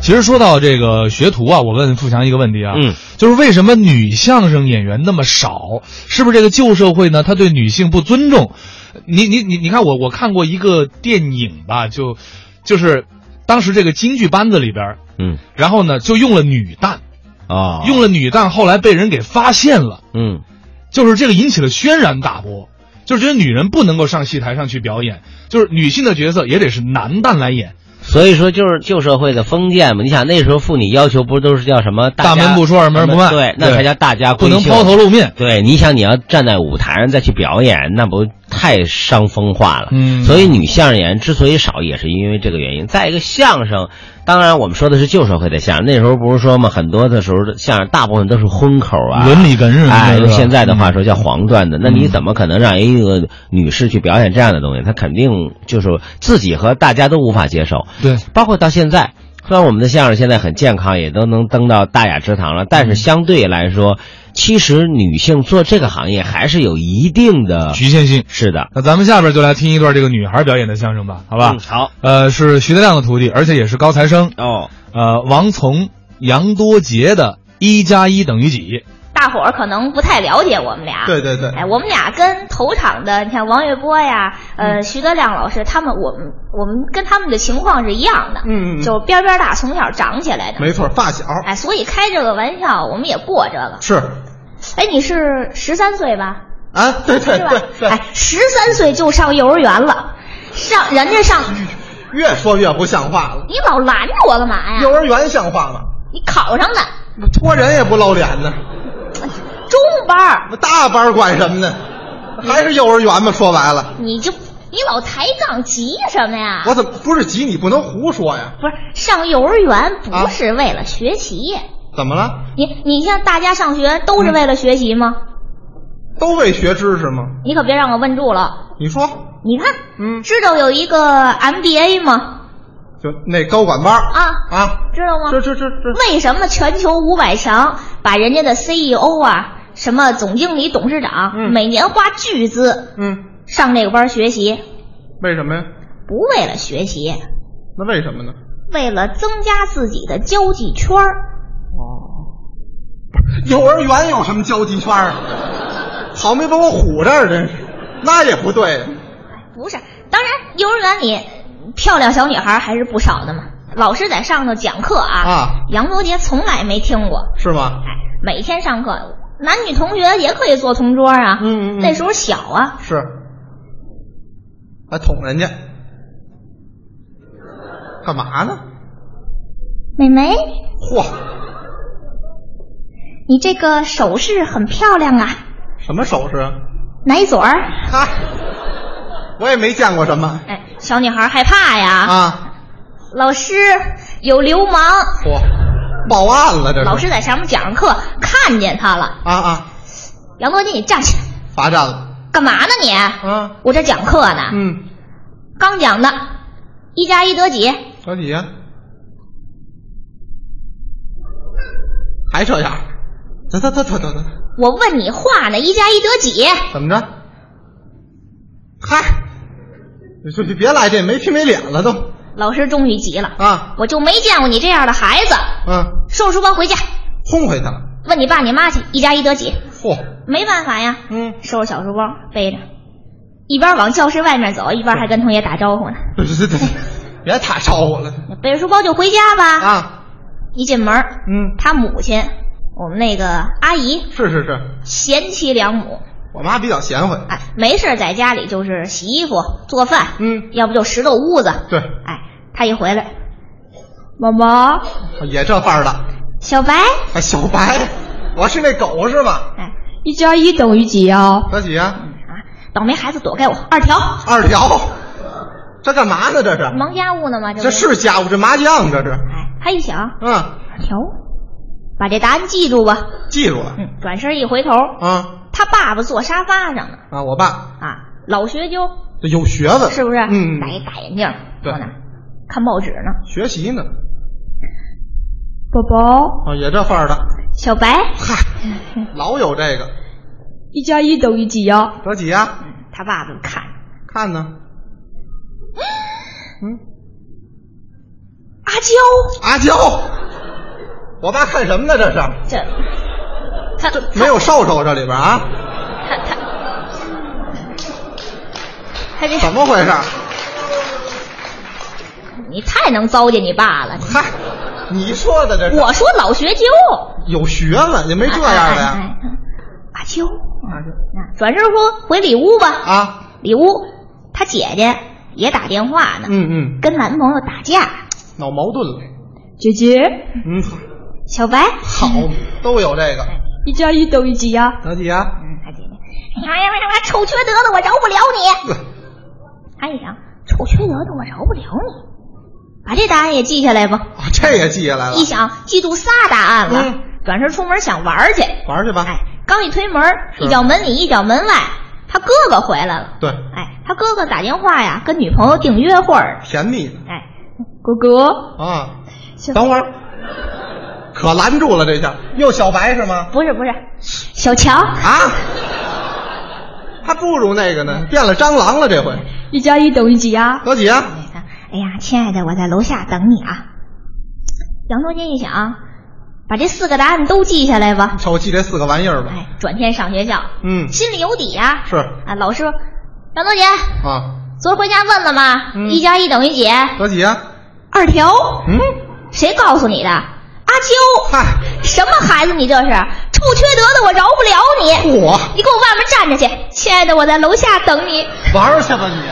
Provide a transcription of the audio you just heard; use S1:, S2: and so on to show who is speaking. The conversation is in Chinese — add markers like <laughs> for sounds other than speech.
S1: 其实说到这个学徒啊，我问富强一个问题啊，
S2: 嗯，
S1: 就是为什么女相声演员那么少？是不是这个旧社会呢，他对女性不尊重？你你你你看我我看过一个电影吧，就就是当时这个京剧班子里边儿，
S2: 嗯
S1: 然后呢就用了女旦，
S2: 啊，
S1: 用了女旦，后来被人给发现了，
S2: 嗯
S1: 就是这个引起了轩然大波，就是觉得女人不能够上戏台上去表演，就是女性的角色也得是男旦来演，
S2: 所以说就是旧社会的封建嘛。你想那时候妇女要求不都是叫什么
S1: 大
S2: 家啊
S1: 门不出二门不迈
S2: 对，那
S1: 对
S2: 才叫大家
S1: 不
S2: 闺
S1: 能
S2: 秀
S1: 抛头。露面。
S2: 对，你想你要站在舞台上再去表演，那不太伤风化了。
S1: 嗯
S2: 所以女相声演员之所以少，也是因为这个原因。再一个，相声，当然我们说的是旧社会的相声，那时候不是说嘛，很多的时候的相声大部分都是荤口啊，
S1: 伦理哏是吧
S2: 哎，
S1: 是
S2: 用
S1: 吧嗯
S2: 现在的话说叫黄段子。那你怎么可能让一个女士去表演这样的东西？她肯定就是自己和大家都无法接受。
S1: 对，啊
S2: 包括到现在，虽然我们的相声现在很健康，也都能登到大雅之堂了，但是相对来说，其实女性做这个行业还是有一定的
S1: 局限性。
S2: 是的，
S1: 那咱们下边就来听一段这个女孩表演的相声吧，好
S2: 好
S1: 吧？
S2: 嗯好
S1: 呃，是徐德亮的徒弟，而且也是高材生。
S2: 哦，
S1: 呃，王从、杨多杰的“一加一等于几
S3: 大伙儿可能不太了解我们俩。”？
S1: 对对
S3: 哎，我们俩跟头场的，你看王月波呀，
S4: 嗯
S3: 呃，徐德亮老师，他们我们我们跟他们的情况是一样的，
S4: 嗯嗯嗯
S3: 就边边大，从小长起来的，
S4: 没错，发小
S3: 哎，所以开这个玩笑，我们也过这个。
S4: 是
S3: 哎，你是十三岁吧？
S4: 啊，对 <laughs> 对
S3: <laughs> 是吧
S4: 对？对
S3: 哎，，十三岁就上幼儿园了，上人家上，
S4: 越说越不像话了。
S3: 你老拦着我干嘛
S4: 幼
S3: 呀？
S4: 儿园像话吗？
S3: 你考上的
S4: 托人也不露脸呢，
S3: 中班儿，
S4: 大班管什么呢？还是幼儿园吗？说白了，
S3: 你就你老抬杠急什么呀？
S4: 我怎么不是急？你不能胡说呀？
S3: 不是上幼儿园不
S4: 啊
S3: 是为了学习，
S4: 怎么了？
S3: 你你像大家上学都是为了学习吗？
S4: 都为学知识吗？
S3: 你可别让我问住了。
S4: 你说，
S3: 你看，
S4: 嗯
S3: 知道有一个 MBA 吗？
S4: 就那高管班
S3: 啊
S4: 啊，
S3: 知道吗？
S4: 这这这这
S3: 为什么全球五百强把人家的 CEO 啊、什么总经理、董事长、
S4: 嗯
S3: 每年花巨资
S4: 嗯，
S3: 上这个班学习，
S4: 为什么呀？
S3: 不为了学习，
S4: 那为什么呢？
S3: 为了增加自己的交际圈儿。嗯
S4: 幼儿园有什么交际圈啊？好没把我唬这儿，真是，那也不对呀。
S3: 不是，当然幼儿园里漂亮小女孩还是不少的嘛。老师在上头讲课啊，
S4: 啊
S3: 杨多杰从来没听过，
S4: 是吗？
S3: 哎，每天上课，男女同学也可以做同桌啊。
S4: 嗯嗯嗯
S3: 那时候小啊，
S4: 是，还捅人家，干嘛呢？
S3: 美眉，
S4: 嚯，
S3: 你这个首饰很漂亮啊，
S4: 什么首饰啊？
S3: 奶嘴儿。
S4: 哈，我也没见过什么
S3: 哎，小女孩害怕呀。
S4: 啊！
S3: 老师有流氓，
S4: 嚯，报案了这是？
S3: 老师在上面讲着课，看见她了。
S4: 啊啊，
S3: 杨多杰，你站起来，
S4: 罚站了。
S3: 干嘛呢你？
S4: 啊，
S3: 我这讲课呢，
S4: 嗯，
S3: 刚讲的，一加一得几？
S4: 小几呀，还这样？得得得得得得，
S3: 我问你话呢，一加一得几？
S4: 怎么着？嗨，你就别来这没皮没脸了都
S3: 老师终于急了，
S4: 啊！
S3: 我就没见过你这样的孩子。
S4: 嗯，
S3: 收拾书包回家，
S4: 轰回去了。
S3: 问你爸你妈去，一加一得几？
S4: 嚯，
S3: 没办法呀，
S4: 嗯， <laughs>
S3: 收拾小书包背着，一边往教室外面走，一边还跟同学打招呼呢。
S4: 对对对，别太招呼了
S3: 背着书包就回家吧。
S4: 啊！
S3: 一进门，
S4: 嗯，
S3: 他母亲，我们那个阿姨，
S4: 是是是，
S3: 贤妻良母，
S4: 我妈比较贤惠。
S3: 哎，没事儿在家里就是洗衣服、做饭，
S4: 嗯，
S3: 要不就拾掇屋子。
S4: 对，
S3: 哎，她一回来，毛毛，
S4: 也这范儿的。
S3: 小白，
S4: 哎，小白，我是那狗是吧？
S3: 哎，一加一等于几啊？
S4: 小几啊？
S3: 啊，倒霉孩子躲开我，二条，
S4: 二条，这干嘛呢？这是？
S3: 忙家务呢吗？这不
S4: 这是家伙，这麻将这是？
S3: 哎，他一想，
S4: 嗯，
S3: 二条，把这答案记住吧。
S4: 记住了
S3: 嗯，转身一回头，
S4: 啊
S3: 他爸爸坐沙发上呢，
S4: 啊！我爸
S3: 啊，老学究
S4: 这有学问，
S3: 是不是？
S4: 嗯，
S3: 戴一大眼镜，
S4: 对
S3: 坐那儿看报纸呢。
S4: 学习呢
S3: 宝宝，
S4: 啊，也这范儿的。
S3: 小白，
S4: 嗨，
S3: 嗯
S4: 老有这个。
S3: 一加一等于几哦呀？
S4: 小几啊？
S3: 他爸爸看，
S4: 看呢？嗯，
S3: 阿娇，
S4: 阿娇，我爸看什么呢？这是
S3: 这他
S4: 这没有瘦瘦这里边啊？
S3: 他他他这
S4: 怎么回事？
S3: 你太能糟践你爸了。
S4: 嗨，你说哎的这是
S3: 我说老学究，
S4: 有学问，也没这样的呀
S3: 哎。哎哎阿秋，那转身说回里屋吧。
S4: 啊，
S3: 里屋，他姐姐也打电话呢，
S4: 嗯嗯，
S3: 跟男朋友打架。
S4: 闹矛盾了。
S5: 姐姐，
S4: 嗯，
S3: 小白，
S4: 好，都有这个。
S5: 一加一等于几呀、
S4: 老几啊？ <laughs>
S3: 嗯，他姐姐，哎呀呀呀，臭缺德的，我饶不了你。他一想，臭缺德的，我饶不了你，把这答案也记下来吧。
S4: 啊这也记下来了
S3: 一。想，记住仨答案了，
S4: 嗯
S3: 转身出门想玩儿去。
S4: 玩去吧。
S3: 哎，刚一推门，
S4: 是
S3: 一脚门里一脚门外，他哥哥回来了。
S4: 对，
S3: 哎，他哥哥打电话呀，跟女朋友订约会儿。
S4: 便宜呢
S3: 哎，
S5: 哥哥，
S4: 啊。
S5: 小
S4: 等会儿，可拦住了这下。又小白是吗？
S3: 不是不是，小强，
S4: 啊，还不如那个呢，变了蟑螂了这回。
S5: 一加一等于几呀、
S4: 老几啊？
S3: 哎呀，亲爱的，我在楼下等你啊。杨多金一想，把这四个答案都记下来吧。
S4: 瞅我记这四个玩意儿吧。
S3: 哎，转天上学校，
S4: 嗯，
S3: 心里有底呀、
S4: 是
S3: 啊。老师，杨多姐，
S4: 啊。
S3: 昨儿回家问了吗？
S4: 嗯
S3: 一加一等于几？
S4: 老几啊？
S3: 二条。
S4: 嗯，
S3: 谁告诉你的？阿娇。
S4: 嗨，
S3: 什么孩子？你这是臭缺德的，我饶不了你！
S4: 我
S3: 你给我外面站着去，亲爱的，我在楼下等你。
S4: 玩儿去吧你。